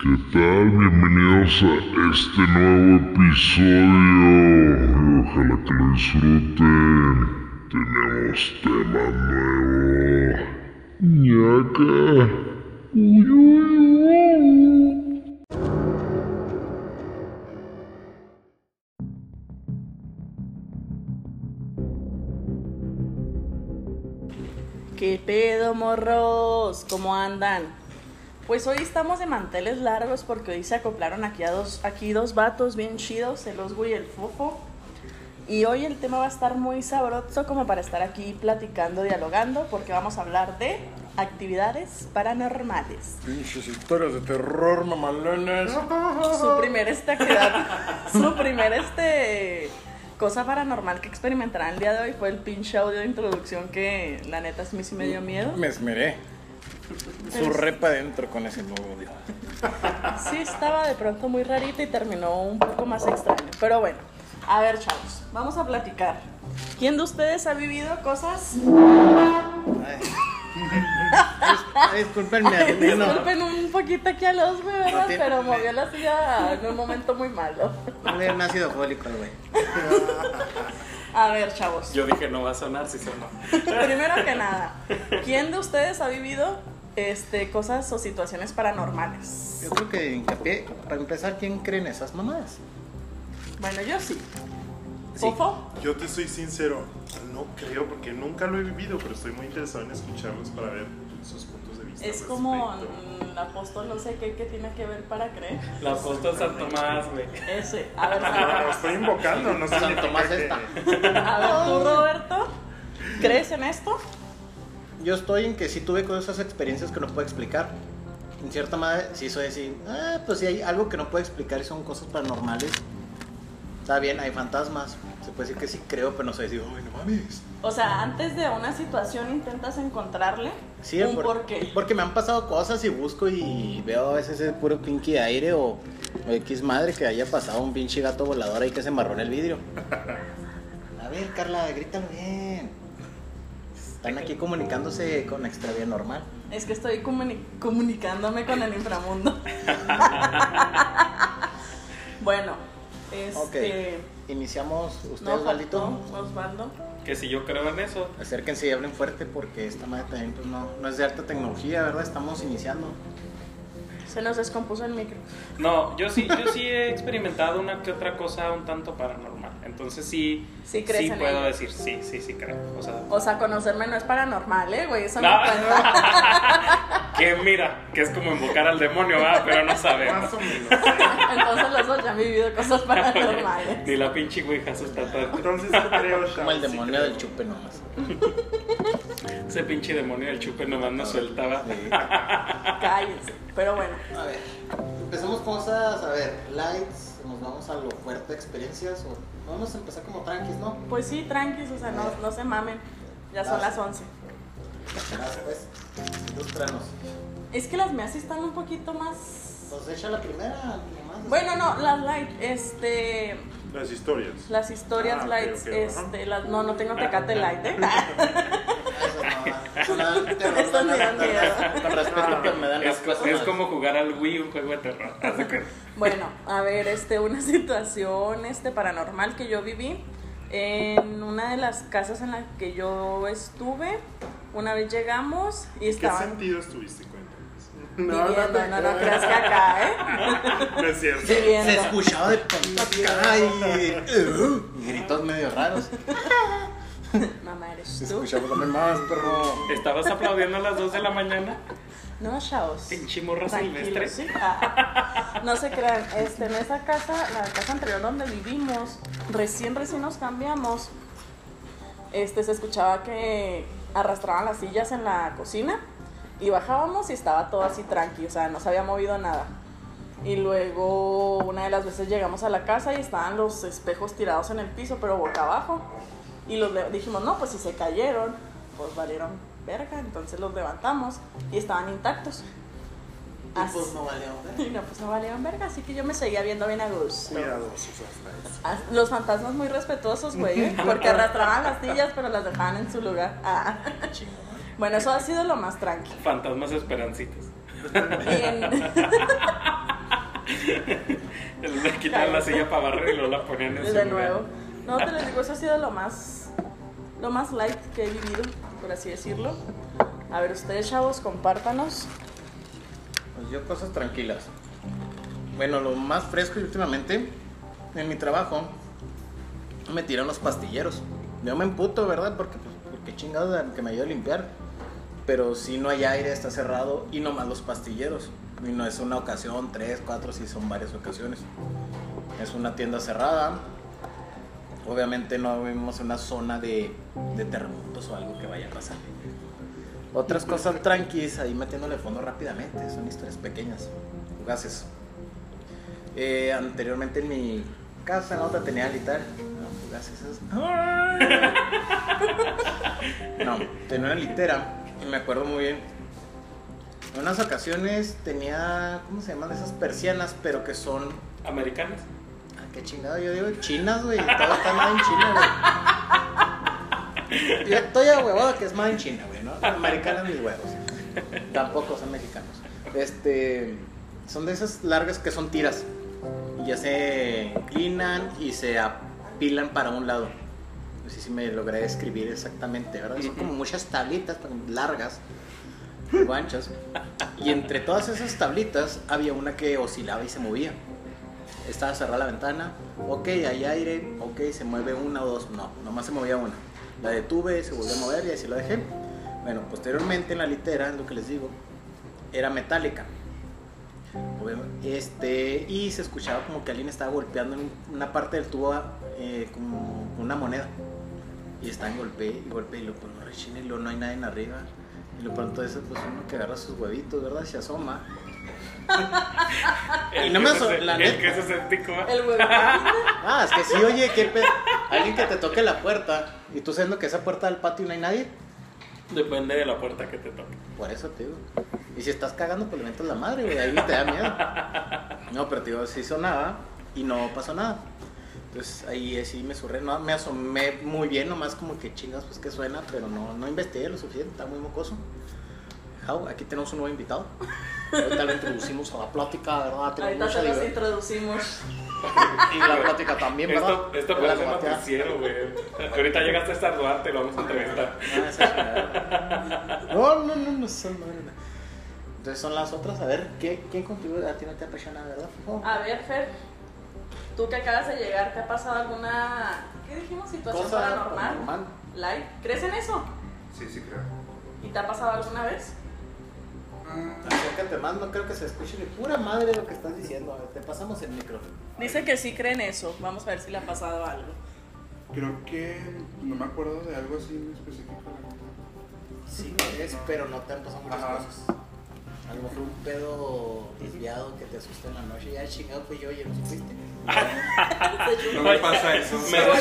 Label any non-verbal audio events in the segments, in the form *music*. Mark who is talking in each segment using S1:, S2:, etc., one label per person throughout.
S1: ¿Qué tal? Bienvenidos a este nuevo episodio. Ojalá que lo disfruten. Tenemos tema nuevo. Ñaca. Uy, uy, uy.
S2: ¿Qué pedo, morros? ¿Cómo andan? Pues hoy estamos de manteles largos porque hoy se acoplaron aquí, a dos, aquí dos vatos bien chidos, el Osgo y el Fofo. Y hoy el tema va a estar muy sabroso como para estar aquí platicando, dialogando, porque vamos a hablar de actividades paranormales.
S3: Pinches historias de terror, mamalones.
S2: Su primer este actividad, su primer este cosa paranormal que experimentarán el día de hoy fue el pinche audio de introducción que la neta a mí sí me dio miedo.
S3: Me esmeré. Su repa adentro con ese nuevo audio.
S2: Sí, estaba de pronto muy rarita y terminó un poco más extraño. Pero bueno, a ver, chavos, vamos a platicar. ¿Quién de ustedes ha vivido cosas?
S4: Disculpenme,
S2: Ay,
S4: no.
S2: disculpen un poquito aquí a los güey, ¿verdad?
S4: No tiene-
S2: pero movió la silla en un momento muy malo.
S4: No hubiera nacido fólico, güey.
S2: A ver, chavos,
S5: Yo dije, no va a sonar si sonó.
S2: primero que nada, ¿quién de ustedes ha vivido este, cosas o situaciones paranormales?
S4: Yo creo que hincapié, para empezar, ¿quién cree en esas mamadas?
S2: Bueno, yo sí.
S4: Sí.
S2: ¿Fofo?
S6: Yo te soy sincero, no creo porque nunca lo he vivido, pero estoy muy interesado en escucharlos para ver sus puntos de vista.
S2: Es
S6: al
S2: como
S6: respecto.
S2: mm, apóstol, no sé qué, qué tiene que ver para creer.
S5: La apóstol San Tomás, güey.
S4: *laughs*
S2: Ese. A ver,
S6: No, no,
S2: a
S6: estoy invocando, no sé
S4: San Tomás
S6: que...
S4: esta.
S2: ver, tú, Roberto, ¿crees en esto?
S4: Yo estoy en que sí tuve con esas experiencias que no puedo explicar. En cierta madre, sí soy así. Ah, pues si hay algo que no puedo explicar y son cosas paranormales. Está bien, hay fantasmas. Se puede decir que sí creo, pero no sé decir, uy, no mames.
S2: O sea, antes de una situación intentas encontrarle
S4: Sí,
S2: un
S4: por-
S2: porqué.
S4: Porque me han pasado cosas y busco y veo a veces ese puro pinky aire o, o X madre que haya pasado un pinche gato volador ahí que se embarró en
S2: *laughs*
S4: el vidrio. A ver, Carla, grítalo bien. Están aquí comunicándose con extravía normal.
S2: Es que estoy comuni- comunicándome con el
S4: *laughs*
S2: inframundo. bueno, este.
S4: Ok. Iniciamos. Usted,
S2: No,
S4: Osvaldito.
S2: faltó Osvaldo.
S5: Que si yo creo en eso,
S4: Acérquense y hablen fuerte porque esta madre también pues, no, no es de alta tecnología, ¿verdad? Estamos iniciando.
S2: Se nos descompuso el micro.
S5: No, yo sí, yo sí he experimentado una que otra cosa un tanto paranormal. Entonces sí,
S2: Sí crees en
S5: puedo
S2: ello.
S5: decir, sí, sí, sí creo. O sea,
S2: O sea, conocerme no es paranormal, ¿eh, güey? Eso no,
S5: No.
S2: cuenta.
S5: *laughs* que mira, que es como invocar al demonio, va, pero no sabemos.
S6: Más o menos.
S2: Entonces los dos ya han vivido
S6: *laughs*
S2: cosas paranormales.
S5: Ni la pinche Ouija se está tan-
S6: Entonces no creo,
S4: Como el
S6: chavos, sí
S4: demonio
S6: creo.
S4: del chupe nomás.
S5: Ese pinche demonio del chupe nomás nos soltaba. *laughs*
S4: Sí.
S2: Cállense. Pero bueno,
S4: A ver, empecemos cosas, a ver, lights, nos vamos a lo fuerte, experiencias, o vamos a empezar como tranquis, ¿no?
S2: pues sí, tranquis, o sea, no, no se mamen. Ya son las 11.
S4: Ah, pues, ilústranos.
S2: Es que las mías sí están un poquito más.
S4: Pues echa la primera, nomás.
S2: Bueno, no, las light, este.
S6: Las historias.
S2: Las historias
S6: Ah, ok,
S2: lights,
S6: ok, ajá.
S2: este. Las, no, no tengo tecate light, ¿eh? *laughs*
S4: Esas mamadas.
S2: Me están dando miedo.
S4: Con respeto, pues me dan
S5: Es,
S4: las
S5: co-
S4: cosas.
S5: es como jugar al Wii un juego de terror. haz de cuenta.
S2: Bueno, a ver, este, una *laughs* situación este, paranormal que yo viví en una de las casas en la que yo estuve. Una vez llegamos y
S6: ¿Qué
S2: estaban
S6: sentido estuviste? Cuéntanos.
S2: viviendo, no, no,
S6: creo.
S2: creas que acá, ¿eh?
S6: No es cierto.
S2: Viviendo.
S4: Se escuchaba de acá *laughs* y uh, gritos medio raros.
S2: Mamá,
S4: Se
S2: eres tú.
S4: escuchaba también más, perro.
S5: ¿Estabas aplaudiendo a las 2 de la mañana?
S2: No, chavos.
S5: Pinche morra
S2: Tranquilos,
S5: silvestre.
S2: sí. Ah, no se crean, este, en esa casa, la casa anterior donde vivimos, recién, recién nos cambiamos, este, se escuchaba que arrastraban las sillas en la cocina y bajábamos y estaba todo así tranqui, o sea, no se había movido nada. Y luego una de las veces llegamos a la casa y estaban los espejos tirados en el piso, pero boca abajo. Y los le- dijimos, no, pues si se cayeron, pues valieron verga, entonces los levantamos y estaban intactos.
S4: Y
S2: Así-
S4: pues no valió.
S2: y no, pues no valieron verga, así que yo me seguía viendo bien a gusto.
S6: Cuidadosos hasta eso.
S2: Ah, Los fantasmas muy respetuosos, güey, ¿eh? porque arrastraban las sillas, pero las dejaban en su lugar. Ah.
S5: *laughs*
S2: Bueno, eso ha sido lo más tranquilo.
S5: Fantasmas esperancitas.
S2: Y en-
S5: le quitaron la silla para barrer y luego la ponían en su
S2: de
S5: lugar.
S2: nuevo. No, te les digo, eso ha sido lo más, lo más light que he vivido, por así decirlo. A ver, ustedes, chavos, compártanos.
S4: Pues yo cosas tranquilas. Bueno, lo más fresco y últimamente, en mi trabajo, me tiran los pastilleros. Yo me emputo, ¿verdad? Porque, pues, porque chingados que me ayuda a limpiar. Pero si no hay aire, está cerrado y nomás los pastilleros. Y no es una ocasión, tres, cuatro, sí son varias ocasiones. Es una tienda cerrada. Obviamente no vivimos en una zona de, de terremotos o algo que vaya a pasar. Otras cosas tranquis, ahí metiéndole fondo rápidamente, son historias pequeñas, fugaces. Eh, anteriormente en mi casa, en la otra tenía altar, no, fugaces esas. No, tenía una litera, y me acuerdo muy bien. En unas ocasiones tenía, ¿cómo se llaman esas persianas? Pero que son,
S5: Americanas.
S4: ah, qué chingado, yo digo chinas, güey, todo está más en China, güey. Yo estoy a huevada que es más en China, güey, ¿no? Americanas mis huevos. Tampoco son mexicanos. Este, son de esas largas que son tiras. Y ya se inclinan y se apilan para un lado. No sé si me logré describir exactamente, ¿verdad? Son como muchas tablitas pero largas, muy anchas. Y entre todas esas tablitas había una que oscilaba y se movía. Estaba cerrada la ventana, ok, hay aire, ok, se mueve una o dos, no, nomás se movía una. La detuve, se volvió a mover y así la dejé. Bueno, posteriormente en la litera, es lo que les digo, era metálica. Obviamente, Este, y se escuchaba como que alguien estaba golpeando en un- una parte del tubo eh, como una moneda. Y están golpe y golpe y lo pues no rechina y luego no hay nadie en arriba. Y lo pronto eso pues uno que agarra sus huevitos, ¿verdad? Se asoma.
S5: El,
S4: no
S5: que
S4: me
S5: es
S4: aso-
S5: ese-
S4: la
S5: el
S4: neta.
S5: que es escéptico. ¿eh?
S2: El huevito.
S4: Ah, es que sí, oye, qué pe- Alguien que te toque la puerta y tú sabiendo que esa puerta del patio no hay nadie.
S5: Depende de la puerta que te toque.
S4: Por eso, te digo. Y si estás cagando, pues le metes la madre, güey. Ahí te da miedo. No, pero te digo, sí sonaba y no pasó nada. Entonces ahí sí me surré, no, me asomé muy bien, nomás como que chingas, pues que suena, pero no, no investigué lo suficiente, está muy mocoso. Jau, aquí tenemos un nuevo invitado. Ahorita lo introducimos a la plática, ¿verdad? Tenemos
S2: Ahorita
S4: mucha
S2: se los
S4: diver-
S2: introducimos.
S4: Y la plática también, ¿verdad?
S5: Esto, esto
S4: De
S5: puede
S4: las
S5: ser
S4: bateadas.
S5: noticiero, güey. Ahorita llegaste a estar Duarte, lo vamos a entrevistar.
S4: No, esa chingadera. *laughs* no, no, no, no, esa madre, no. Entonces son las otras, a ver, ¿qué- ¿quién contribuye? A ti no te apasiona nada, ¿verdad? Fujo?
S2: A ver, Fer, tú que acabas de llegar, ¿te ha pasado alguna, qué dijimos, situación
S4: Cosa
S2: paranormal?
S4: paranormal.
S2: Light. ¿Crees en eso?
S6: Sí, sí, creo.
S2: ¿Y te ha pasado alguna vez?
S7: Ah,
S4: Acércate más, no creo que se escuche ni pura madre lo que estás diciendo. A ver, te pasamos el micro.
S2: Dice que sí creen eso. Vamos a ver si le ha pasado algo.
S7: Creo que no me acuerdo de algo así en específico. la neta.
S4: Sí, crees, pero no te han pasado muchas
S7: Ajá.
S4: cosas. A lo mejor un pedo desviado que te asustó en la noche. Ya chingado fui yo y ya no supiste.
S7: No me pasa eso.
S5: Me, des-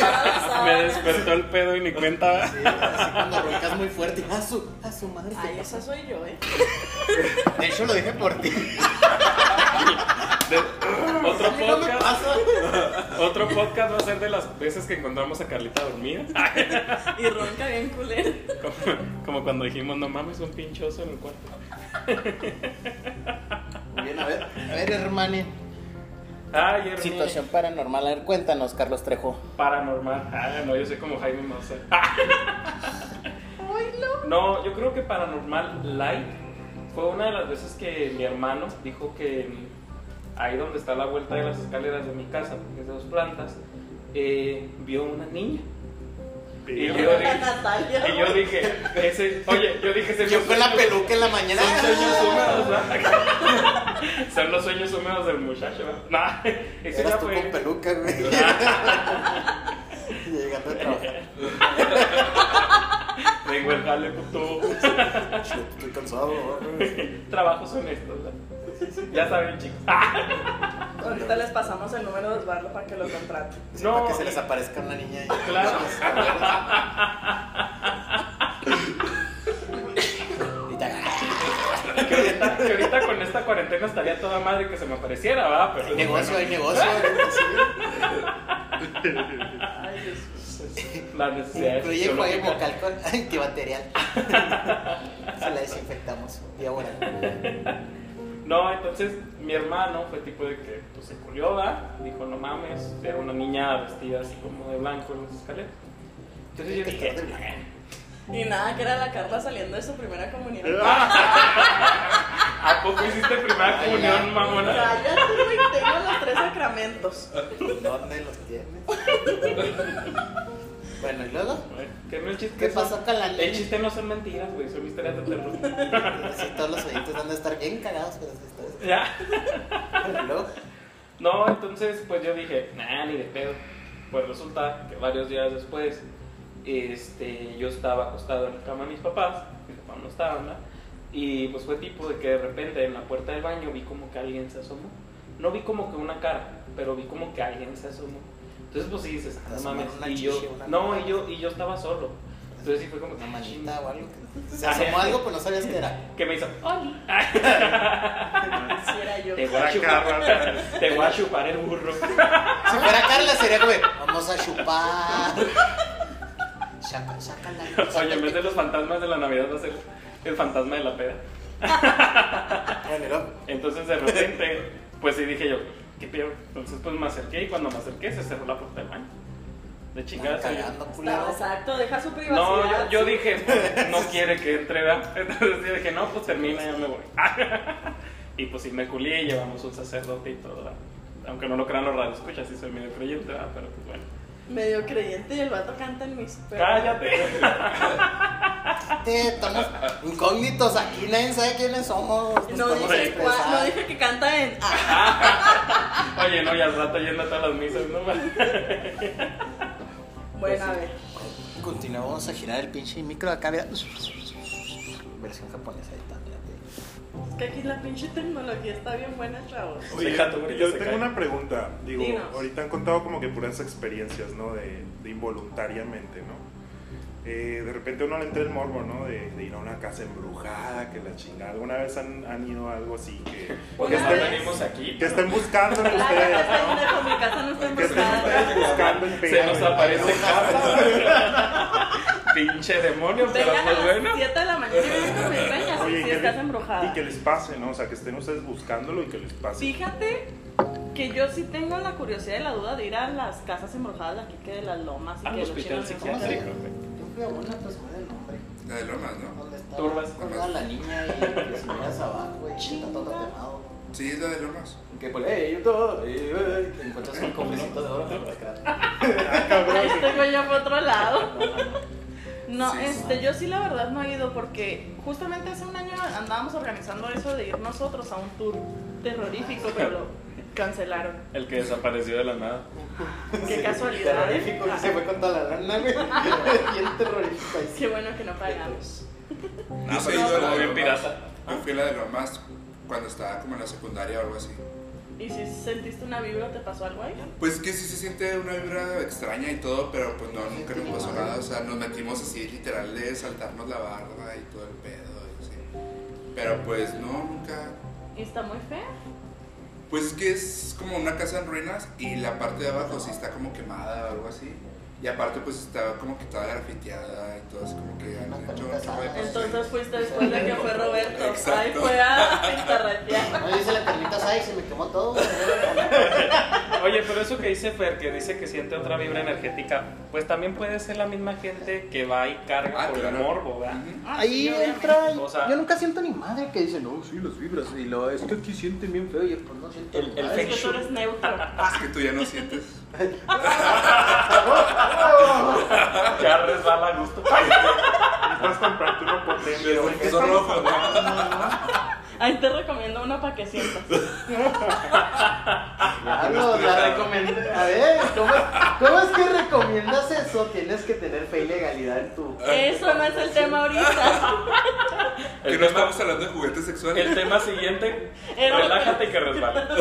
S5: me despertó el pedo y ni cuenta.
S4: Sí, *laughs* así cuando roncas muy fuerte. A su, a su madre.
S2: Ay, esa soy yo, ¿eh?
S4: De hecho, lo dije por ti.
S5: De- otro
S4: A mí no me
S5: podcast.
S4: pasa.
S5: Otro podcast va a ser de las veces que encontramos a Carlita dormida.
S2: Y ronca bien culero.
S5: Como, como cuando dijimos, no mames, un pinchoso en el cuarto.
S4: Muy bien, a ver, a ver, hermane.
S5: Ay, Ernie.
S4: Situación paranormal. A ver, cuéntanos, Carlos Trejo.
S5: Paranormal. Ah, no, yo soy como Jaime Maussan. Ah. No, yo creo que paranormal light fue una de las veces que mi hermano dijo que mm, ahí donde está la vuelta de las escaleras de mi casa, que es de dos plantas, eh, vio una niña. Y yo dije,
S2: Natalia.
S5: y yo dije, ese, oye, yo dije, se me
S4: Yo con la
S5: ocurrió-
S4: peluca en la mañana.
S5: Son sueños húmedos, ¿verdad? *laughs* Son los sueños húmedos del muchacho, ¿verdad? Nah, ese ya
S4: Eras tú
S5: fue-
S4: con peluca,
S5: *laughs*
S4: güey. Llegando a trabajar.
S5: Vengo el jale, puto.
S4: Yo Estoy cansado, güey.
S5: *laughs* Trabajos honestos, ¿verdad? Ya saben, chicos. Ah,
S2: Ahorita les pasamos el número de Osvaldo para que lo contraten.
S4: No.
S5: No.
S4: Para que se les aparezca una niña. ahí.
S5: Claro.
S4: Y te haga,
S5: que, ahorita, que ahorita con esta cuarentena estaría toda madre que se me apareciera, ¿verdad?
S4: "Hay
S5: Pero
S4: negocio, hay negocio.
S2: Ay, Dios.
S5: pues, la necesidad.
S4: Incluye
S5: fisiológica.
S4: juego vocal *laughs* con antibacterial. Se la desinfectamos. Y ahora.
S5: No, entonces mi hermano fue tipo de que pues, se culió, ¿va? Dijo, no mames, era una niña vestida así como de blanco en las escaleras. Entonces yo dije,
S2: Y nada, que era la Carla saliendo de su primera comunión.
S5: ¿a poco hiciste primera
S4: Ay, ya.
S5: comunión, mamona?
S2: Cállate, güey, tengo los tres sacramentos.
S4: ¿Dónde los tienes? bueno, ¿y luego?
S5: Bueno, Que no el chiste
S4: ¿Qué
S5: es-
S4: pasó con la
S5: El
S4: leche?
S5: chiste no son mentiras, güey, son historias de terror.
S4: *laughs* Sí, todos los oídos van a estar bien cagados con las historias.
S5: Ya.
S4: Bueno, ¿y luego?
S5: No, entonces pues yo dije, nah, ni de pedo. Pues resulta que varios días después, este, yo estaba acostado en la cama de mis papás, mis papás no estaban, ¿verdad? Y pues fue tipo de que de repente en la puerta del baño vi como que alguien se asomó. No vi como que una cara, pero vi como que alguien se asomó. Entonces pues sí dices, no
S4: Asomar
S5: mames,
S4: una
S5: y
S4: chichi,
S5: yo,
S4: una
S5: no,
S4: mano.
S5: y yo, y yo estaba solo. Entonces sí fue como que,
S4: Una
S5: ah, ching,
S4: manita o algo.
S5: *laughs*
S4: que- Se asomó algo, pero no sabías qué era.
S5: que me hizo, "Oli".
S2: Si era yo.
S5: te voy a chupar, *laughs* te voy a chupar el burro.
S4: Si fuera Carla sería como, vamos a chupar. Saca, sácala.
S5: *laughs* Oye, en vez de los fantasmas de la Navidad va a ser el fantasma de la peda.
S4: Bueno, ¿y
S5: *laughs*
S4: luego?
S5: Entonces de repente, pues sí dije yo, qué peor. Entonces pues me acerqué y cuando me acerqué se cerró la puerta del baño. De
S4: Están
S5: chingadas. yo-
S4: cagando,
S2: Está-
S4: culero.
S2: Exacto, deja su privacidad.
S5: No, yo, yo dije, pues, no quiere que entre, ¿verdad? Entonces yo dije, no, pues termina, ya me voy. *laughs* Y pues sí me culié y llevamos un sacerdote y todo, ¿verdad? Aunque no lo crean los radios, escucha, sí soy medio creyente, ¿verdad? Pero pues bueno.
S2: Medio creyente y el vato canta en mis. pero-
S5: ¡Cállate!
S4: Te- Estamos incógnitos aquí, nadie sabe quiénes somos. nos
S2: No
S4: podemos
S2: dije, cua-
S4: expresar.
S2: no dije que canta en. Ah,
S5: Oye, no, ya al rato yendo a todas las misas, ¿no?
S2: bueno, a ver.
S4: Continuamos a girar el pinche micro acá. mira. Versión japonesa ahí también.
S2: Es que aquí la pinche tecnología está bien buena, chavos.
S6: Oye,
S5: Deja tú, porque ya
S6: yo
S5: se
S6: tengo
S5: cae.
S6: una pregunta. Digo,
S2: Dinos.
S6: ahorita han contado como que puras experiencias, ¿no? De, de involuntariamente, ¿no? Eh, de repente uno le entra el morbo, ¿no? De, de ir a una casa embrujada, que la chingada. ¿Alguna vez han, han ido a algo así que,
S5: Porque
S2: Una
S5: hasta
S2: vez-
S5: venimos aquí.
S6: que estén buscando en
S2: La gata
S6: ustedes,
S2: está
S6: ¿no?
S2: llena de mi casa, no está
S6: Que estén ustedes
S2: embrujada.
S6: buscando el
S5: Se nos
S6: pedo.
S5: aparece cabra. Pinche demonio, pero
S2: Vengan a
S5: pues bueno.
S2: las 7 de la mañana y ven con mis reñas,
S6: Oye, y
S2: si
S6: que
S2: estás
S6: le-
S2: embrujada.
S6: y que les pase, ¿no? O sea, que estén ustedes buscándolo y que les pase.
S2: Fíjate que yo sí tengo la curiosidad y la duda de ir a las casas embrujadas de aquí que de las lomas y
S5: Ah,
S2: que los
S5: hospital
S2: chinos no
S4: ¿Cómo se
S5: psiquiátrico,
S4: llama?
S5: güey.
S4: Yo fui a una, pues, ¿cuál es el nombre?
S7: La de Lomas, ¿no?
S4: ¿Dónde está?
S5: Turbas.
S4: Estaba la niña y pues, miras abajo y está todo quemado.
S7: Sí, es la de Lomas.
S4: Que por ahí, todo, y, eh, te encuentras un *laughs* cofrecito de oro.
S2: Ahí estoy yo por otro
S6: *laughs*
S2: lado. No,
S7: Sí,
S2: este, yo sí la verdad no he ido porque justamente hace un año andábamos organizando eso de ir nosotros a un tour terrorífico, pero lo cancelaron.
S5: El que desapareció de la nada.
S2: Qué casualidad. ¿eh? Ah,
S4: Terrorífico, que se fue con toda la lana, güey. Bien terrorífico ahí.
S2: Qué bueno que no pagamos.
S7: Yo sí he
S5: pero
S7: ido a la
S5: como
S7: de
S5: bien
S7: Lomas.
S5: pirata.
S7: Yo fui a la de Lomas cuando estaba como en la secundaria o algo así.
S2: ¿Y si sentiste una vibra, te pasó algo ahí?
S7: Pues es que sí se siente una vibra extraña y todo, pero pues no, nunca nos pasó nada. O sea, nos metimos así literal de saltarnos la barda y todo el pedo y así. Pero pues no, nunca.
S2: ¿Y está muy fea?
S7: Pues es que es como una casa en ruinas y la parte de abajo sí está como quemada o algo así. Y aparte pues está como que toda grafiteada y todo así como que han hecho un chorro de cosas.
S2: Entonces fuiste después de que fue Roberto.
S7: Exacto.
S2: Ahí fue a
S4: *laughs*
S2: pintarratear.
S4: No, yo hice la carnita asada y se me quemó todo. güey.
S5: Oye, pero eso que dice Fer, que dice que siente otra vibra energética, pues también puede ser la misma gente que va y carga
S7: Ah,
S5: por el
S7: claro.
S5: morbo, ¿verdad?
S7: Ujú.
S4: Ahí entra. y-
S5: O sea-
S4: yo nunca siento ni madre que dice, no, sí, las vibras. Y lo, es que aquí sienten bien feo. Y yo, pues no siento. *laughs*
S5: El-
S4: ni
S5: el
S4: madre.
S2: Es que tú eres neutro.
S7: Ah, Es que tú ya no sientes.
S4: ¡Oh!
S5: Ya resbala a gusto.
S6: Puedes comprarte uno potente.
S7: Desde que son rojos, ¿no?
S2: Ahí te recomiendo una para que
S4: *laughs*
S2: sientas.
S4: Ah, Claro, la recomendé. A ver, ¿cómo, cómo es que recomiendas eso? Tienes que tener fe y legalidad en tu.
S2: Eso no es el tema
S4: *laughs*
S2: ahorita.
S7: Que
S5: El tema,
S7: no estamos hablando de juguetes sexuales.
S5: el tema siguiente,
S2: Era-
S5: relájate que resbala.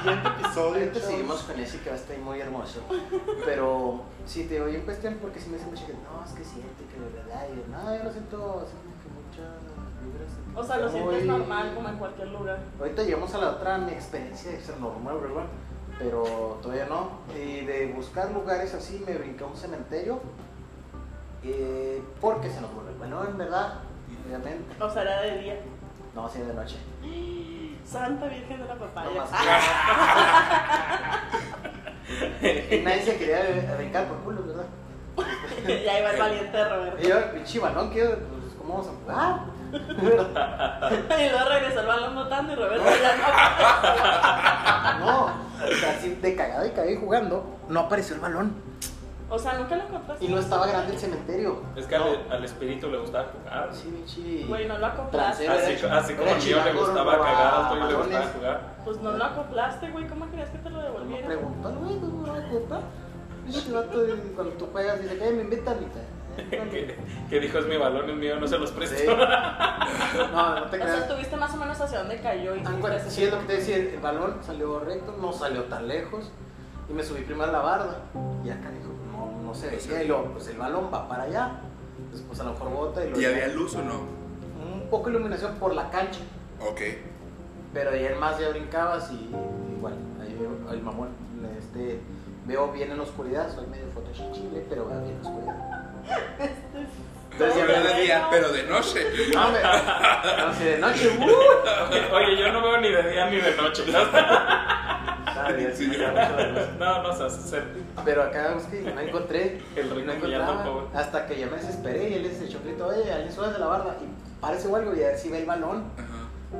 S4: Siguiente episodio. Ahorita seguimos con ese que va a estar muy hermoso. Pero sí, te digo, yo en cuestión porque si me dicen mucho que no, es que siente que de verdad. Y yo, no, yo lo siento, así como que muchas vibras.
S2: O sea, lo sientes
S4: Muy-
S2: normal como en cualquier lugar.
S4: Ahorita llegamos a la otra mi experiencia de ser normal, ¿verdad? Pero todavía no. Y de buscar lugares así, me brinqué a un cementerio. eh, porque se nos volvió. Bueno, en verdad, obviamente.
S2: O sea, era de día.
S4: No, así de noche.
S2: Santa Virgen de la Papaya. *laughs*
S4: Nomás.
S2: Ah,
S4: Y nadie se quería be- brincar por culos, ¿verdad?
S2: ya iba el valiente Roberto.
S4: Y yo, pinche balón, ¿qué? Pues, ¿cómo vamos a
S2: *laughs*
S4: jugar?
S2: Y luego regresó el balón botando y Roberto ya no.
S4: no, o sea, así de cagado y caí jugando, no apareció el balón.
S2: O sea, nunca lo encontraste.
S4: Y no estaba grande el cementerio.
S5: Es que al,
S4: No.
S5: al espíritu le gustaba jugar.
S4: Sí, pinche.
S2: Güey, no lo acoplaste.
S4: Trasero,
S5: Así,
S4: era-
S5: así como
S4: era
S5: a Gio le
S4: chilango,
S5: gustaba
S4: robaba
S5: cagar, a Toyo le
S4: balones.
S5: gustaba jugar.
S2: Pues no lo acoplaste, güey. ¿Cómo querías que te lo
S4: Me
S2: devolvieran?
S4: preguntó, güey, ¿cómo va a comprar? Pinche vato, y cuando tú juegas, dice, ¿qué? Me invitan. Y te- "Eh,
S5: Que, *laughs* que dijo es mi balón, es mío, no se los presto.
S4: Sí. *laughs* No, no te
S2: O sea,
S4: creas.
S2: tuviste más o menos hacia dónde cayó y
S4: Ah,
S2: hiciste
S4: bueno,
S2: ese
S4: Sí, es lo que
S2: tipo.
S4: te decía, el balón salió recto, no salió tan lejos. Y me subí primero a la barda. Y acá dijo, no, no se veía. Y luego, pues el balón va para allá. Después a lo mejor bota y lo
S7: ¿Y había luz o no?
S4: Un poco de iluminación por la cancha.
S7: Ok.
S4: Pero ahí el más ya brincabas y igual, ahí veo el mamón. Este, veo bien en la oscuridad, soy medio fotochichile, pero veo bien en la oscuridad. Entonces ya
S7: Pero
S4: me-
S7: de día, pero de noche.
S4: No, me- no, si de noche, *laughs* uh,
S5: *laughs* Oye, yo no veo ni de día ni de noche. *laughs*
S4: Ah, bien,
S7: Sí.
S4: me llama mucho la luz.
S5: No, no, o sea, se-
S4: Pero acá es que no encontré.
S5: El rico
S4: no
S5: humillando al
S4: encontraba,
S5: pobre.
S4: Hasta que ya me desesperé y él les echó un grito, oye, alguien sube de la barda. Y parece algo y a ver si ve el balón.
S7: Ajá.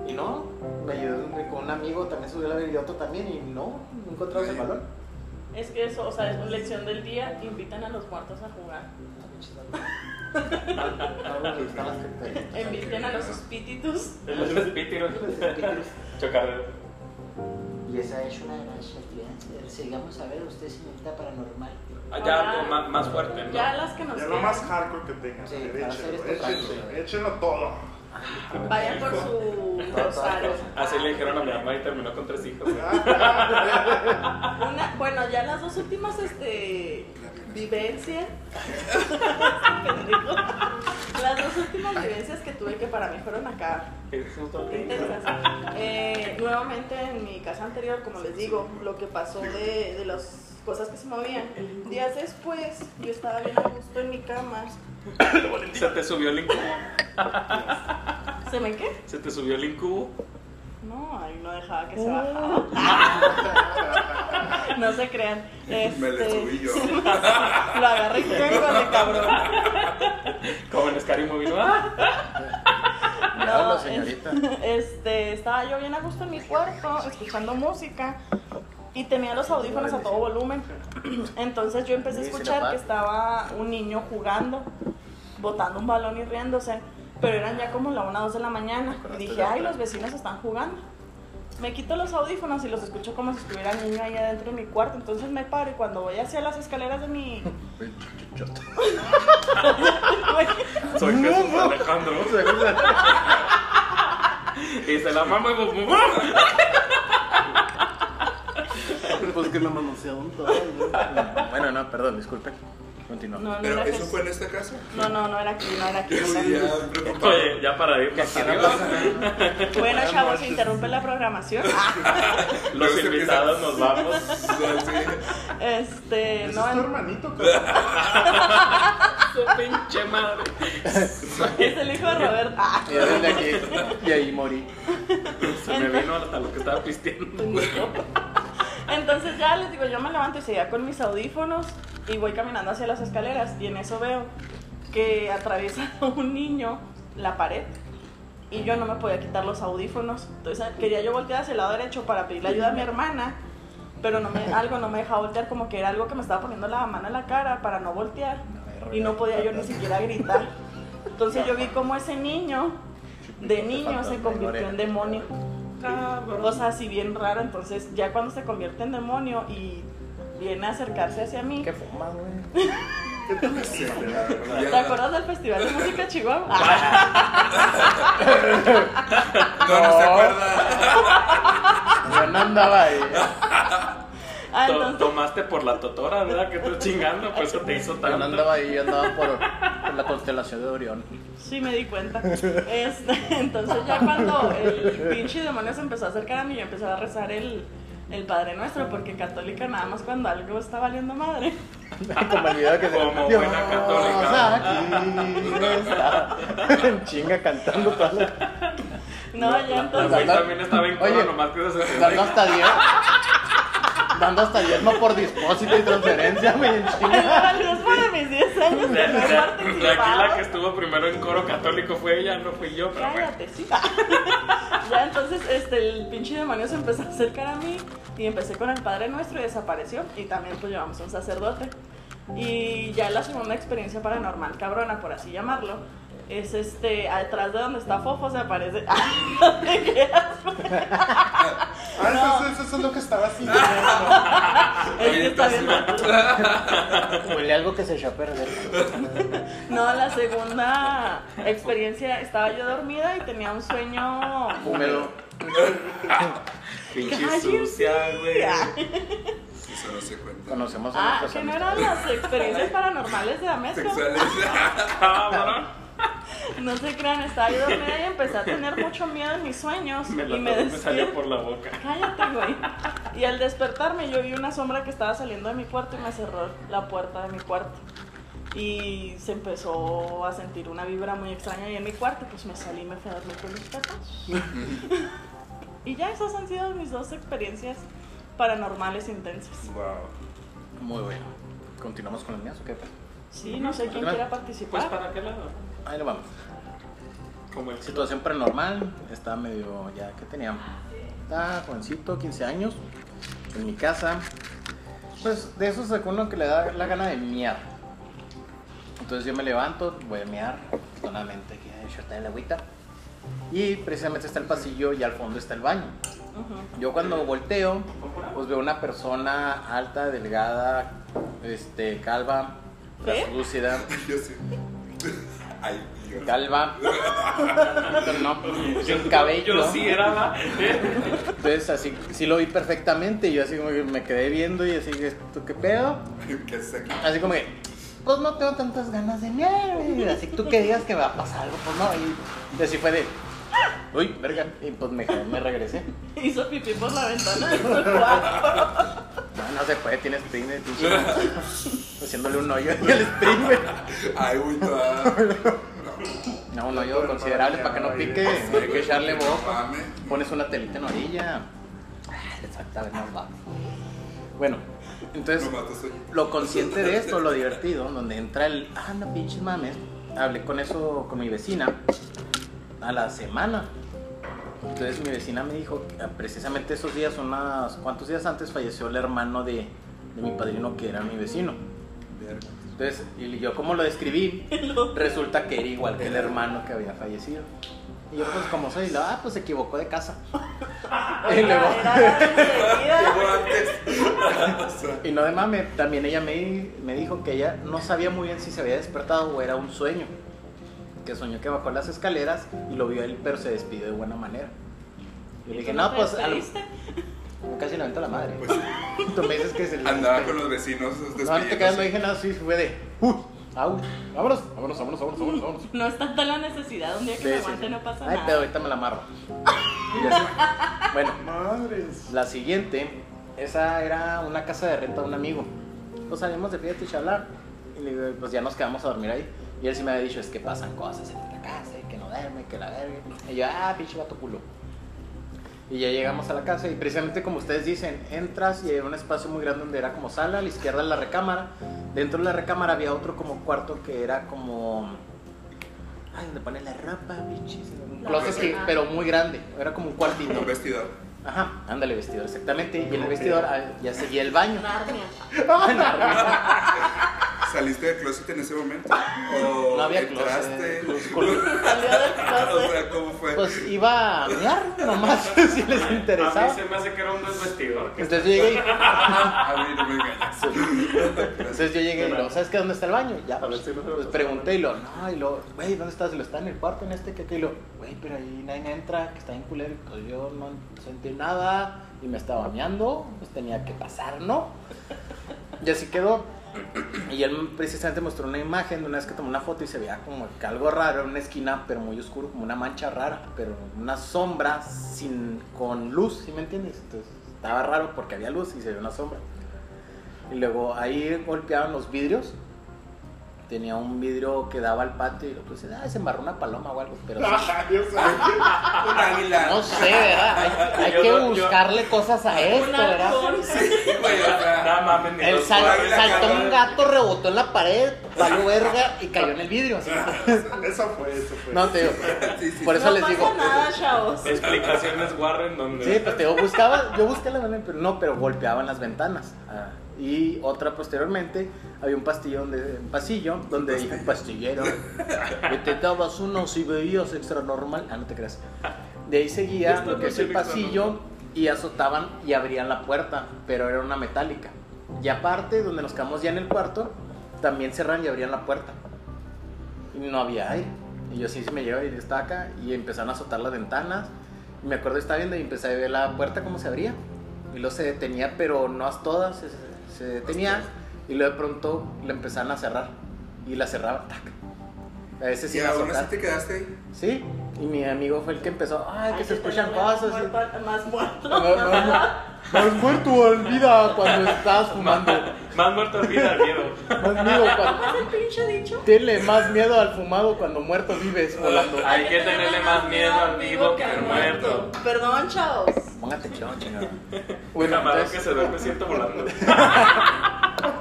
S4: Y no, me ayudó un- con un amigo, también subió la barda y otro también. Y no, no encontramos el balón.
S2: Es que eso, o sea, es lección del día. Invitan a los muertos a jugar.
S4: Algo que estaba escrito ahí.
S2: Inviten a los espíritus.
S4: *laughs*
S5: los espíritus. Chocarreros.
S4: *laughs* Y esa es una de las actividades. Sigamos a ver usted, señorita paranormal.
S5: ah, Ya algo ma- más, fuerte, ¿no?
S2: Ya las que nos
S6: Ya lo más
S2: quedan,
S6: hardcore que tengan.
S4: Sí,
S6: a ver,
S4: para hacer
S6: échenlo,
S4: esto
S6: échenlo,
S4: tranquilo.
S6: échenlo todo.
S2: vayan por su rosario.
S5: *laughs* Así le dijeron a mi mamá y terminó con tres hijos.
S2: Una- bueno, ya las dos últimas este, vivencias. *laughs* las dos últimas vivencias que tuve que para mí fueron acá
S5: Qué susto.
S2: intensas. Eh, nuevamente en mi casa anterior, como les digo, lo que pasó de, de las cosas que se movían. Días después, yo estaba bien a gusto en mi cama.
S5: Se te subió el incubo.
S2: ¿Se me qué?
S5: Se te subió el incubo.
S2: No, ay, no dejaba que se bajara. *laughs* No se crean.
S7: Me le
S2: Este,
S7: subí yo.
S2: *laughs* Lo agarré y téngale, cabrón.
S5: Como en Scary Movie, ¿no? Ah,
S4: Habla,
S2: es-
S4: señorita.
S2: *laughs* este, estaba yo bien a gusto en mi cuarto, escuchando música y tenía los audífonos a todo volumen. *clears throat* Entonces yo empecé a escuchar que estaba un niño jugando, botando un balón y riéndose, pero eran ya como la 1 o 2 de la mañana. Y
S7: este
S2: dije, ay, los vecinos están jugando. Me quito los audífonos y los escucho como si estuviera el niño ahí adentro de mi cuarto. Entonces me paro y cuando voy hacia las escaleras de
S7: *laughs*
S2: mi. *laughs*
S5: Soy Jesús Alejandro. Y se la mama y buf, buf, buf.
S4: Pues que lo manosearon todo. Bueno, no, perdón, disculpen. Continúa.
S2: No, no
S7: Pero
S2: era
S7: eso
S2: Jesús.
S7: fue en esta casa.
S2: No, no, no era aquí, no era aquí.
S7: Yo
S2: no era
S7: *laughs* sí,
S2: aquí.
S7: ya preocupado.
S5: Oye, ya para irnos. adiós.
S7: Ah,
S2: Bueno, chavos, se interrumpe la
S7: *laughs*
S2: programación.
S5: Los
S7: Luego se
S5: invitados
S7: empieza-
S5: nos vamos.
S7: Sí.
S2: Este,
S6: Ese
S2: no,
S6: es tu
S2: en-
S6: hermanito, cabrón.
S5: Su pinche madre.
S2: es el hijo de Robert.
S7: *laughs*
S2: Ah,
S4: Y desde aquí, y ahí morí.
S5: Se me vino hasta lo que estaba pisteando.
S2: pendejo. Entonces ya les digo, yo me levanto y seguía con mis audífonos y voy caminando hacia las escaleras y en eso veo que atraviesa *laughs* un niño la pared y yo no me podía quitar los audífonos. Entonces quería yo voltear hacia el lado derecho para pedirle ayuda a mi hermana, pero no me, algo no me dejaba voltear, como que era algo que me estaba poniendo la mano en la cara para no voltear y no podía yo ni siquiera gritar. Entonces yo vi como ese niño de niño se convirtió en demonio. O sea, así bien raro, entonces ya cuando se convierte en demonio y viene a acercarse hacia mí.
S4: ¿Qué fumas, güey?
S2: ¿Te
S7: Ya-
S2: acuerdas del Festival de Música Chihuahua? *laughs* Ah,
S7: No, no se acuerda.
S4: Yo no
S6: *laughs*
S4: andaba ahí.
S2: ah,
S5: To-
S2: entonces,
S5: Tomaste por la totora, ¿verdad? Que tú chingando, pues eso te hizo
S4: Yo no
S5: tanto.
S4: andaba ahí, yo andaba por, por la constelación de Orión.
S2: sí me di cuenta. Este, *laughs* entonces ya cuando el pinche demonio se empezó a acercar a mí, yo empecé a rezar el, el Padre Nuestro, porque católica nada más cuando algo está valiendo madre.
S4: Como el video que se Ah,
S5: Como buena católica.
S6: *laughs*
S4: aquí está. En chinga cantando toda la-
S2: No,
S5: La-
S2: ya
S5: la- La
S2: entonces.
S5: güey también estaba en
S4: Oye.
S5: culo, nomás que se sentó.
S4: Dando hasta 10. Dando hasta 10, no por dispósito y transferencia, güey, en
S2: Ay,
S4: chinga.
S2: no, *laughs* Dios, para mis 10 años
S5: De,
S2: de
S5: de-
S2: no
S5: de aquí la que
S2: participado.
S5: estuvo primero en coro católico fue ella, no fui yo, pero bueno.
S2: Cállate, sí. *laughs* ya entonces este, el pinche demonio se empezó a acercar a mí y empecé con el Padre Nuestro y desapareció. Y también pues llevamos a un sacerdote. Y ya la segunda experiencia paranormal, cabrona, por así llamarlo, es este, atrás de donde está Fofo se aparece. *laughs* No te creas,
S5: *laughs*
S2: güey.
S6: Ah,
S2: No.
S6: eso, eso- eso es lo que estaba haciendo.
S2: Es que está bien
S4: Huele algo que se echó a perder.
S2: No, la segunda experiencia estaba yo dormida y tenía un sueño
S4: Húmedo.
S5: Pinche
S2: Cállense.
S5: sucia, güey.
S7: Eso no se cuenta.
S4: Conocemos a
S2: Ah,
S4: nuestros
S2: que no
S4: amigos.
S2: eran las experiencias paranormales de la mezcla.
S7: Sexuales.
S5: Cabrón.
S2: No se crean, estaba yo dormida y empecé a tener mucho miedo en mis sueños
S5: Me,
S2: y
S5: la
S2: me
S5: me salió
S2: despierto.
S5: por la boca.
S2: Cállate, güey. Y al despertarme yo vi una sombra que estaba saliendo de mi cuarto y me cerró la puerta de mi cuarto. Y se empezó a sentir una vibra muy extraña ahí en mi cuarto, pues me salí y me fui a dormir con los
S5: *laughs*
S2: patas. y ya esas han sido mis dos experiencias paranormales intensas.
S6: Wow.
S4: Muy bueno. ¿Continuamos con las mías o qué?
S2: Sí, no sé quién
S4: Además,
S2: quiera
S5: Pues
S2: participar.
S5: para qué lado?
S4: Ahí lo vamos.
S5: Como el
S4: Situación paranormal, estaba medio ya que tenía, estaba jovencito, 15 años, en mi casa. Pues de eso sacó uno que le da la gana de miar. Entonces yo me levanto, voy a miar, afortunadamente aquí hay shorta en la agüita. Y precisamente está el pasillo y al fondo está el baño. Yo cuando volteo, pues veo una persona alta, delgada, este, calva,
S2: ¿Qué?
S4: translúcida,
S7: Yo sé. Ay, Dios.
S4: calva, pero no, sin cabello.
S5: Yo sí era la. ¿eh?
S4: Entonces así, sí lo vi perfectamente, yo así como que me quedé viendo y así, ¿esto qué pedo?
S7: ¿Qué sé?
S4: Así como que, pues no tengo tantas ganas de mirar, güey. Así tú que digas que me va a pasar algo, pues no. Y, y así fue de, uy, verga, y pues me, me regresé.
S2: *laughs* Hizo pipí por la ventana de su cuarto.
S4: No, no se puede, tiene spring, eh, pinche.
S5: *laughs*
S4: Haciéndole un hoyo al spring, güey.
S7: Ay, güey, no.
S4: No, un hoyo considerable para que no pique, hay que echarle boca.
S7: Mame.
S4: Pones una telita en orilla. Ah, Exactamente, no va. Bueno, entonces
S7: No matas hoy.
S4: lo consciente de esto, lo divertido, donde entra el, ah, no pinches mames, hablé con eso con mi vecina a la semana. Entonces mi vecina me dijo que ah, precisamente esos días, unos cuantos días antes, falleció el hermano de, de mi padrino que era mi vecino.
S7: Verga.
S4: Entonces, y yo como lo describí, resulta que era igual que el hermano que había fallecido. Y yo pues como soy, la, ah, pues se equivocó de casa. *laughs* y luego...
S2: Era
S7: Llegó antes.
S4: Y no de mame, también ella me, me dijo que ella no sabía muy bien si se había despertado o era un sueño. Que soñó que bajó las escaleras y lo vio él, pero se despidió de buena manera. Yo le dije, no, pues a lo- *laughs* casi le aventó la madre.
S7: Pues sí.
S4: *laughs* Tú me dices que se le
S7: andaba con los vecinos.
S4: No, no te quedas, no
S7: despidiéndose.
S4: dije nada, sí, fue de, uy, au, vámonos, vámonos, vámonos, vámonos, vámonos. vámonos.
S2: No es tanta la necesidad, un día que
S4: Sí,
S2: me
S4: sí,
S2: aguante
S4: sí.
S2: no pasa
S4: Ay,
S2: nada.
S4: pero ahorita me
S2: *laughs*
S4: la amarro. Y así. bueno,
S6: Madres.
S4: La siguiente, esa era una casa de renta de un amigo. Pues salimos de fiesta y charlar. Y le digo, pues ya nos quedamos a dormir ahí. Y él sí me había dicho, es que pasan cosas en esta casa, y que no duerme, que la verga. Y yo, ah, pinche vato culo. Y ya llegamos a la casa y precisamente como ustedes dicen, entras y era un espacio muy grande donde era como sala, a la izquierda la recámara. Dentro de la recámara había otro como cuarto que era como... Ay, donde ponen la ropa, bichis. Un
S2: La
S4: closet, que-
S2: cocina.
S4: pero muy grande. Era como un cuartito.
S7: Un vestidor.
S4: Ajá, ándale, vestidor, exactamente. Y en el vestidor ah, ya seguía
S2: *laughs*
S4: el baño.
S2: Narnia.
S7: ¿Saliste del closet en ese momento? ¿O
S4: No había
S7: entraste?
S4: closet. Pues,
S5: *laughs*
S7: *laughs*
S4: con-
S2: Salió del
S7: o
S2: closet.
S7: sea, ¿cómo fue?
S4: Pues iba a mear nomás, *laughs* si les
S5: A mí
S4: interesaba.
S5: se me hace que era un desvestidor. que-
S4: Entonces yo llegué y,
S7: a mí no
S4: *laughs*
S7: me engañas.
S5: *laughs*
S4: entonces yo llegué y luego, ¿sabes qué? ¿Dónde está el baño? Y ya,
S5: A ver
S4: pues,
S5: si no se me
S4: pues,
S5: pasa.
S4: pregunté y lo, no, y lo, güey, ¿dónde estás? Y lo, está en el cuarto, en este, que aquí. Y lo, güey, pero ahí nadie entra, que está en culero. Y pues yo no sentí nada y me estaba bañando, pues tenía que pasar, ¿no? Y así quedó. Y él precisamente mostró una imagen de una vez que tomó una foto y se veía como que algo raro, una esquina, pero muy oscuro, como una mancha rara, pero una sombra sin, con luz, ¿sí me entiendes? Entonces estaba raro porque había luz y se veía una sombra. Y luego ahí golpeaban los vidrios tenía un vidrio que daba al patio y lo puse, ah, se embarró una paloma o algo, pero sí.
S6: Ah,
S7: Yo sé. Un águila.
S4: no sé, ¿verdad? Hay, hay
S5: Yo
S4: que
S5: no- yo-
S4: buscarle cosas a esto, ¿verdad?
S7: Sí, güey, o sea,
S5: No mames, ni
S4: El
S5: los
S4: sal-
S7: águila
S4: saltó
S7: cagó.
S4: un gato, rebotó en la pared, valió verga y cayó en el vidrio. así.
S6: Eso fue, eso fue.
S4: No, te digo,
S7: Sí, sí,
S4: por
S7: sí.
S4: eso
S2: no
S4: les
S2: pasa
S4: digo. pues,
S2: nada, chavos.
S5: Explicaciones Warren donde.
S4: Sí, pues te digo, buscaba, yo busqué la ventana, pero no, pero golpeaban las ventanas. Ah, y otra posteriormente, había un pastillo donde, un pasillo donde dije, un pastillero, que te dabas unos y bebías extra normal. Ah, no te creas. De ahí seguía
S5: Esto
S4: lo
S5: no
S4: que es el
S5: tiene extra
S4: pasillo y azotaban y abrían la puerta, pero era una metálica. Y aparte, donde nos quedamos ya en el cuarto, también cerraban y abrían la puerta. Y no había aire. Y yo sí, sí me llevo y estaba acá y empezaron a azotar las ventanas. Y me acuerdo que estaba viendo y empecé a ver la puerta cómo se abría. Y luego se detenía, pero no a todas, se, se- se detenía. Y luego de pronto la empezaron a cerrar. Y la cerraban, tac. A veces
S7: Y
S4: sí
S7: aún
S4: azotar.
S7: así te quedaste ahí.
S4: Sí, y mi amigo fue el que empezó, ay, que
S2: Hay
S4: se escuchan
S2: tener más
S4: cosas.
S2: muerto- Más muerto.
S4: No, no, no. Más muerto olvida cuando estás fumando.
S5: Más muerto olvida el miedo.
S4: Más miedo cuando...
S2: ¿Cómo es el pinche dicho?
S4: Tenle más miedo al fumado cuando muerto vives volando.
S7: Ah.
S5: Hay que tenerle más miedo al vivo que al muerto.
S2: Perdón, chavos.
S4: Pon atención, chingada.
S5: Un
S4: Bueno,
S5: camarón que
S4: entonces,
S5: se duerme
S4: *laughs*
S5: siento volando.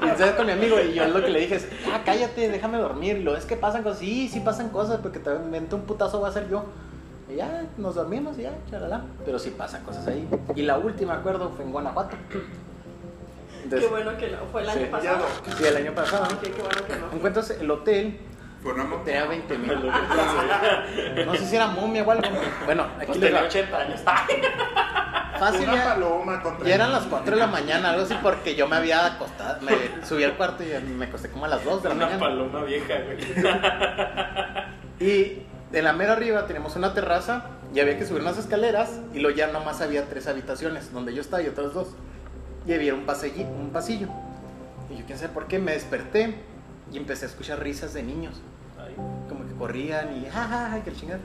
S4: entonces con mi amigo y yo lo que le dije es, ah, cállate, déjame dormir. Lo es que pasan cosas, sí, sí pasan cosas, porque te invento un putazo va a ser yo. Y ya, nos dormimos y ya, charalá. Pero sí pasan cosas ahí. Y la última, acuerdo, fue en Guanajuato.
S2: Qué
S4: Entonces,
S2: bueno que no. Fue el año
S4: Sí.
S2: pasado.
S4: sí, el año pasado.
S2: Ok, qué bueno que no.
S4: Encuentras el hotel,
S7: Fue una mo-
S4: tenía 20 mil. No sé si era momia o algo. Bueno, aquí
S5: Pues
S4: les
S5: tenía
S4: va.
S5: 80 años.
S4: *laughs* Fácil
S6: Una
S4: ya-
S6: paloma contra
S4: Y eran las 4 de la mañana, algo así, porque yo me había acostado, me subí al cuarto y me acosté como a las 2 de la
S5: Una
S4: mañana.
S5: paloma vieja, güey.
S4: Y de la mera arriba teníamos una terraza y había que subir unas escaleras y luego ya nomás había tres habitaciones, donde yo estaba y otras dos. Y había un, pasillo, un pasillo. Y yo quién sabe por qué, me desperté y empecé a escuchar risas de niños.
S5: Ay,
S4: Como que corrían y ja, ja, ja, que el chingada.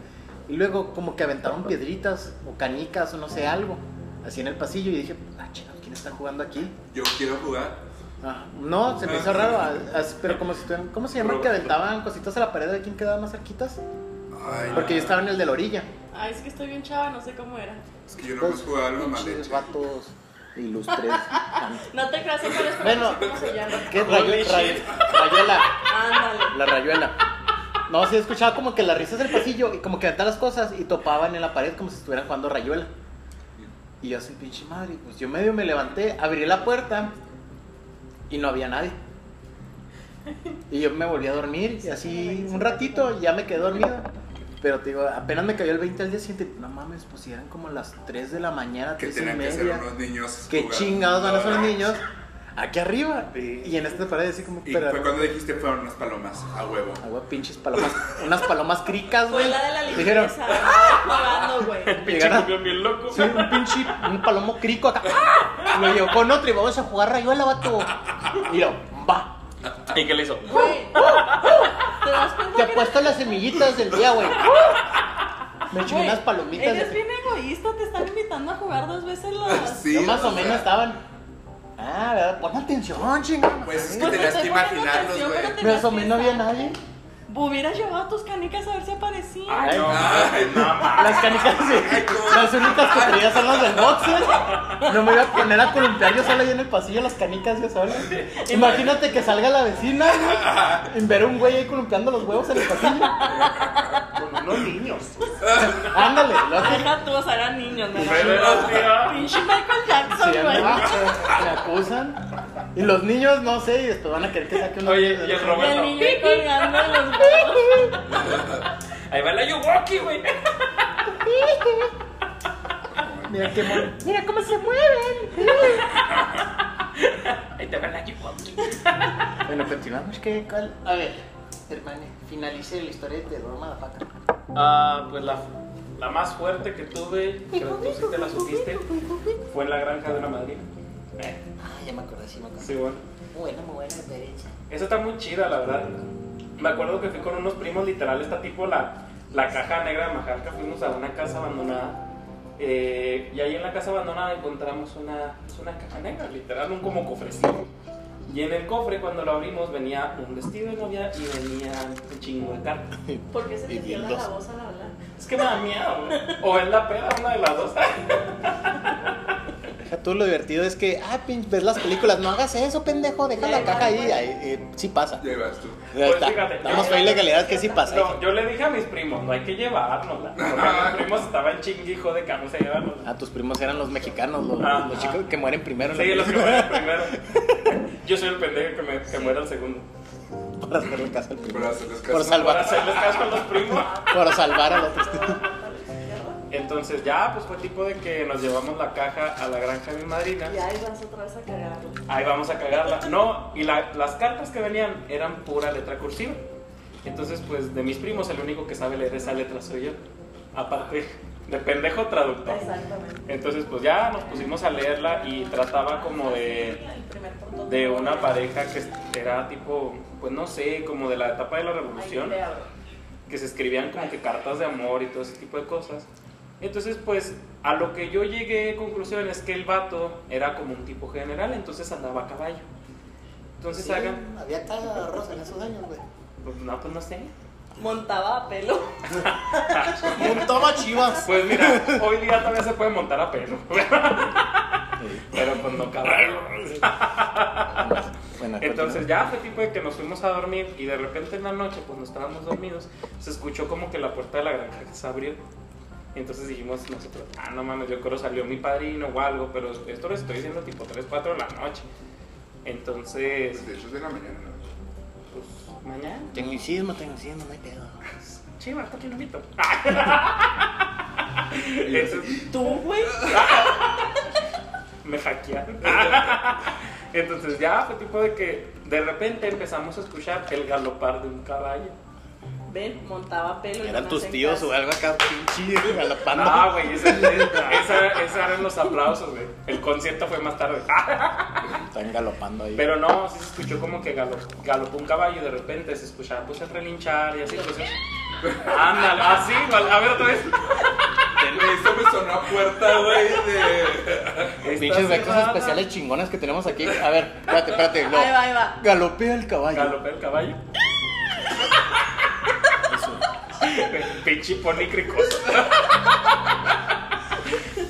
S4: Y luego como que aventaron piedritas o canicas o no sé, algo. Así en el pasillo y dije, ah, chingado, ¿quién está jugando aquí?
S7: Yo quiero jugar.
S4: Ah, no, se me hizo raro, a- a- pero como si estuvieran- ¿cómo se llaman que aventaban cositas a la pared de quién quedaba más cerquitas?
S7: Ay,
S4: Porque yo estaba en el de la orilla.
S2: Ay, es que estoy bien chava, no sé cómo era.
S7: es que yo no más jugaba lo mal
S4: Pinches
S7: hecho.
S4: vatos ilustres.
S2: No te creas, sé cuál es, pero
S4: Bueno.
S2: no sé cómo se llama.
S4: ¿Qué?
S5: Holy
S4: Rayu- rayu-
S5: shit.
S4: rayuela,
S2: Ándale.
S4: la rayuela. No, sí, escuchaba como que las risas del pasillo y como que aventaban las cosas y topaban en la pared como si estuvieran jugando rayuela. Y yo así, pinche madre, pues yo medio me levanté, abrí la puerta y no había nadie. Y yo me volví a dormir y así un ratito ya me quedé dormido. Pero te digo, apenas me cayó el 20 al día siguiente, no mames, pues si eran como las 3 de la mañana,
S7: Que
S4: 3 y
S7: tenían que ser
S4: media.
S7: unos niños.
S4: Qué
S7: jugando.
S4: chingados van a ser los
S7: *laughs*
S4: niños aquí arriba.
S6: Sí.
S4: Y en esta pared así como,
S7: Y
S4: pero-
S7: fue cuando dijiste fueron unas palomas a
S4: *laughs*
S7: huevo.
S4: Ah, güey, pinches palomas, unas palomas cricas,
S2: Fue
S4: güey.
S2: la de la
S4: Dijeron,
S2: limpieza. ¡Ah! Jugando, güey.
S5: pinche
S4: Llegaron-
S5: cumbión bien loco.
S4: Sí, un pinche, un palomo crico acá. Lo llevó con otro y vamos a jugar rayuela, vato. Y yo, va.
S5: ¿Y qué le hizo?
S2: Güey. ¿Te das cuenta
S4: Te
S2: que
S4: apuesto las semillitas del día, güey. Me eché
S2: Güey,
S4: unas palomitas. Ah,
S2: Eres bien egoísta, te están invitando a jugar dos veces las.
S7: Sí,
S4: Yo más o
S7: sea,
S4: menos estaban. Ah, ¿verdad? Pon atención, chingón.
S7: Pues es que
S2: Pues
S7: te
S2: no
S7: las
S2: estoy poniendo
S7: imaginarlos,
S2: atención,
S7: güey.
S2: pero te-
S4: Me asomé, no había nadie.
S2: Hubieras llevado tus canicas a ver si aparecían.
S5: Ay, no,
S7: Ay,
S5: mames, no, mames.
S4: Las canicas, sí. Las únicas que traía son las del boxer. No me iba a poner a columpiar yo solo ahí en el pasillo las canicas yo solo. Imagínate que salga la vecina, güey, en ver un güey ahí columpiando los huevos en el pasillo.
S6: Con unos niños.
S4: Ándale, lo que...
S2: Deja tú, o sea, eran niños, ¿no?
S5: Pero era tío.
S2: Pinche Michael Jackson,
S4: Sí,
S2: güey.
S4: anda, me acusan. Y los niños, no sé, y después van a querer que saque un...
S5: Oye, y el
S2: Y el
S5: Roberto.
S2: niño ahí colgando en los huevos.
S5: Ahí va la Yuwoki, güey.
S4: Mira qué mono. Mira cómo se mueven.
S5: Ahí te va la Yuwoki.
S4: Bueno, continuamos. ¿Qué, cuál? A ver, hermano, finalice la historia de Roma la Paca.
S5: Ah, pues la, la más fuerte que tuve, que tú sí te la supiste, fue en la granja de una madrina. Eh,
S4: Ah, ya me acordé, sí me acordé.
S5: sí, bueno.
S4: Muy buena, muy buena experiencia.
S5: Esa está muy chida, la verdad. Me acuerdo que fui con unos primos, literal, está tipo la, la caja negra de Majalca. Fuimos a una casa abandonada. eh, y ahí en la casa abandonada encontramos una, pues, una caja negra, literal, un como cofrecito. Y en el cofre, cuando lo abrimos, venía un vestido de novia y venía un chingo de cartas.
S2: ¿Por qué se
S4: Y
S2: te pierde
S4: dildos.
S2: la voz al hablar?
S4: *laughs*
S5: Es que me da miedo, güey. O es la peda, una de las dos. *laughs*
S4: Deja Tú lo divertido es que, ah, pin- ves las películas, no hagas eso, pendejo, deja la caja ahí, ahí, eh, sí pasa.
S7: Ya ibas tú.
S4: Ahí está.
S5: Pues fíjate,
S4: Estamos
S5: yo-
S4: con ilegalidad que sí pasa.
S5: No, yo le dije a mis primos, no hay que llevárnosla. Porque mis primos estaban chinguijo de que no se llevárnosla.
S4: Ah, tus primos eran los mexicanos, los,
S5: Ah,
S4: los
S5: ah.
S4: chicos que mueren primero en la *laughs*
S5: Sí, los que
S4: película
S5: mueren primero. *laughs* Yo soy el pendejo que, me, que muere el segundo.
S4: para hacerle caso al
S7: Para
S4: primero.
S7: hacerles caso.
S4: Por
S5: Para
S4: salvar,
S5: hacerles caso a los primos.
S4: por salvar al otro.
S2: Ah,
S5: Entonces ya, pues fue tipo de que nos llevamos la caja a la granja de mi madrina.
S2: Y ahí vas otra vez a cagarlo.
S5: Ahí vamos a cagarla. No, y la- las cartas que venían eran pura letra cursiva. Entonces, pues de mis primos, el único que sabe leer esa letra soy yo. Aparte de pendejo traductor.
S2: Exactamente.
S5: Entonces, pues ya nos pusimos a leerla y trataba como de,
S2: El primer portón.
S5: de una pareja que era tipo, pues no sé, como de la etapa de la
S2: Ahí
S5: revolución
S2: te abro.
S5: que se escribían como que cartas de amor y todo ese tipo de cosas. Entonces, pues, a lo que yo llegué a conclusión es que el vato era como un tipo general, entonces andaba a caballo. Entonces hagan,
S4: Había carros en esos años, güey.
S5: pues no, pues no sé.
S2: Montaba a pelo.
S4: Montaba chivas.
S5: Pues mira, hoy día todavía se puede montar a pelo. *laughs* Pero pues no caballo.
S4: Bueno,
S5: Entonces ya fue tipo de que nos fuimos a dormir y de repente en la noche, pues no estábamos dormidos, se escuchó como que la puerta de la granja se abrió. Entonces dijimos nosotros, ah, no mames, yo creo salió mi padrino o algo, pero esto lo estoy diciendo tipo 3, 4 de la noche. Entonces,
S7: De hecho, es de la mañana. ¿no?
S5: pues mañana,
S4: Tecnicismo, tecnicismo, no hay pedo.
S5: chiva, está invito.
S7: Y yo así,
S2: Tú, güey.
S5: me hackearon. Entonces ya fue tipo de que de repente empezamos a escuchar el galopar de un caballo.
S2: Ven, montaba a pelo. y
S4: Eran
S2: no
S4: tus
S2: hacen
S4: tíos
S2: caso.
S4: o algo acá, pinche galopando.
S5: Ah, güey, esa, esa- esa eran los aplausos, güey. El concierto fue más tarde. Ah,
S4: Están galopando ahí.
S5: Pero no, sí se escuchó como que galo- galopó un caballo y de repente se escuchaba pues el relinchar y así, entonces... Ándale, así, vale, a ver otra vez.
S7: Güey, Eso me sonó a puerta, güey, de...
S4: Pinches
S5: Está
S4: rectas
S5: cerrada.
S4: especiales chingonas que tenemos aquí. A ver, espérate, espérate. no.
S2: Ahí va, ahí va.
S4: Galopea el caballo.
S5: Galopé el caballo. Pinche ponícricos.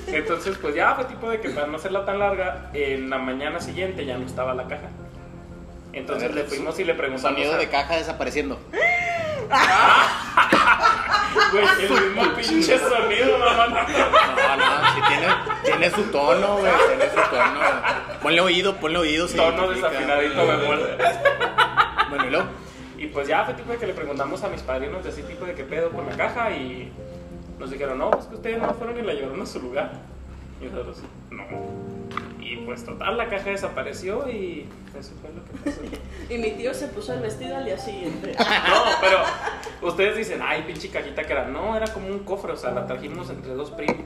S5: Entonces, pues ya fue tipo de que para no hacerla tan larga, en la mañana siguiente ya no estaba la caja. Entonces
S4: A ver,
S5: le fuimos y le preguntamos.
S4: Sonido
S5: a-
S4: de caja desapareciendo.
S5: Güey, el mismo pinche sonido, mamá.
S4: No, no, si tiene, tiene su tono, güey. Tiene su tono. Ponle oído, ponle oído. se
S5: Tono
S4: identifica.
S5: desafinadito me muerde.
S4: Bueno, y luego.
S5: Y pues ya fue tipo de que le preguntamos a mis padrinos de así tipo de qué pedo con la caja y nos dijeron, no, pues que ustedes no fueron y la llevaron a su lugar. Y nosotros, no. Y pues total, la caja desapareció y eso fue lo que pasó. *laughs*
S2: Y mi tío se puso el vestido al día siguiente.
S5: No, pero ustedes dicen, ay, pinche cajita que era. No, era como un cofre, o sea, la trajimos entre dos primos.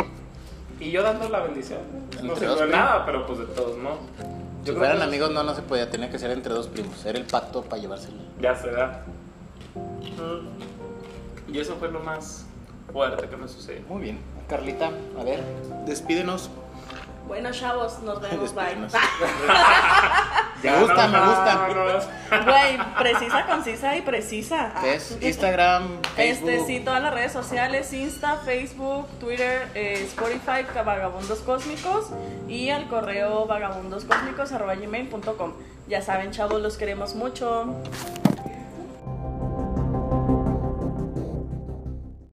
S5: Y yo dando la bendición. No
S4: Entre
S5: se
S4: dos
S5: fue
S4: primos.
S5: nada, pero pues de todos modos.
S4: Si
S5: Yo creo
S4: fueran
S5: que-
S4: amigos, no, no se podía. Tenía que ser entre dos primos. Era el pacto para llevárselo.
S5: Ya se da. Mm. Y eso fue lo más fuerte que me sucedió.
S4: Muy bien. Carlita, a ver, despídenos.
S2: Bueno, chavos, nos
S4: *laughs*
S2: vemos, bye. *laughs*
S4: Despídenos. Me gusta, me gusta.
S2: Güey, precisa, concisa y precisa. Ah,
S4: Es Instagram, Facebook.
S2: Este, sí, todas las redes sociales, Insta, Facebook, Twitter, eh, Spotify, ca- Vagabundos Cósmicos y al correo vagabundoscósmicos.com. Ya saben, chavos, los queremos mucho.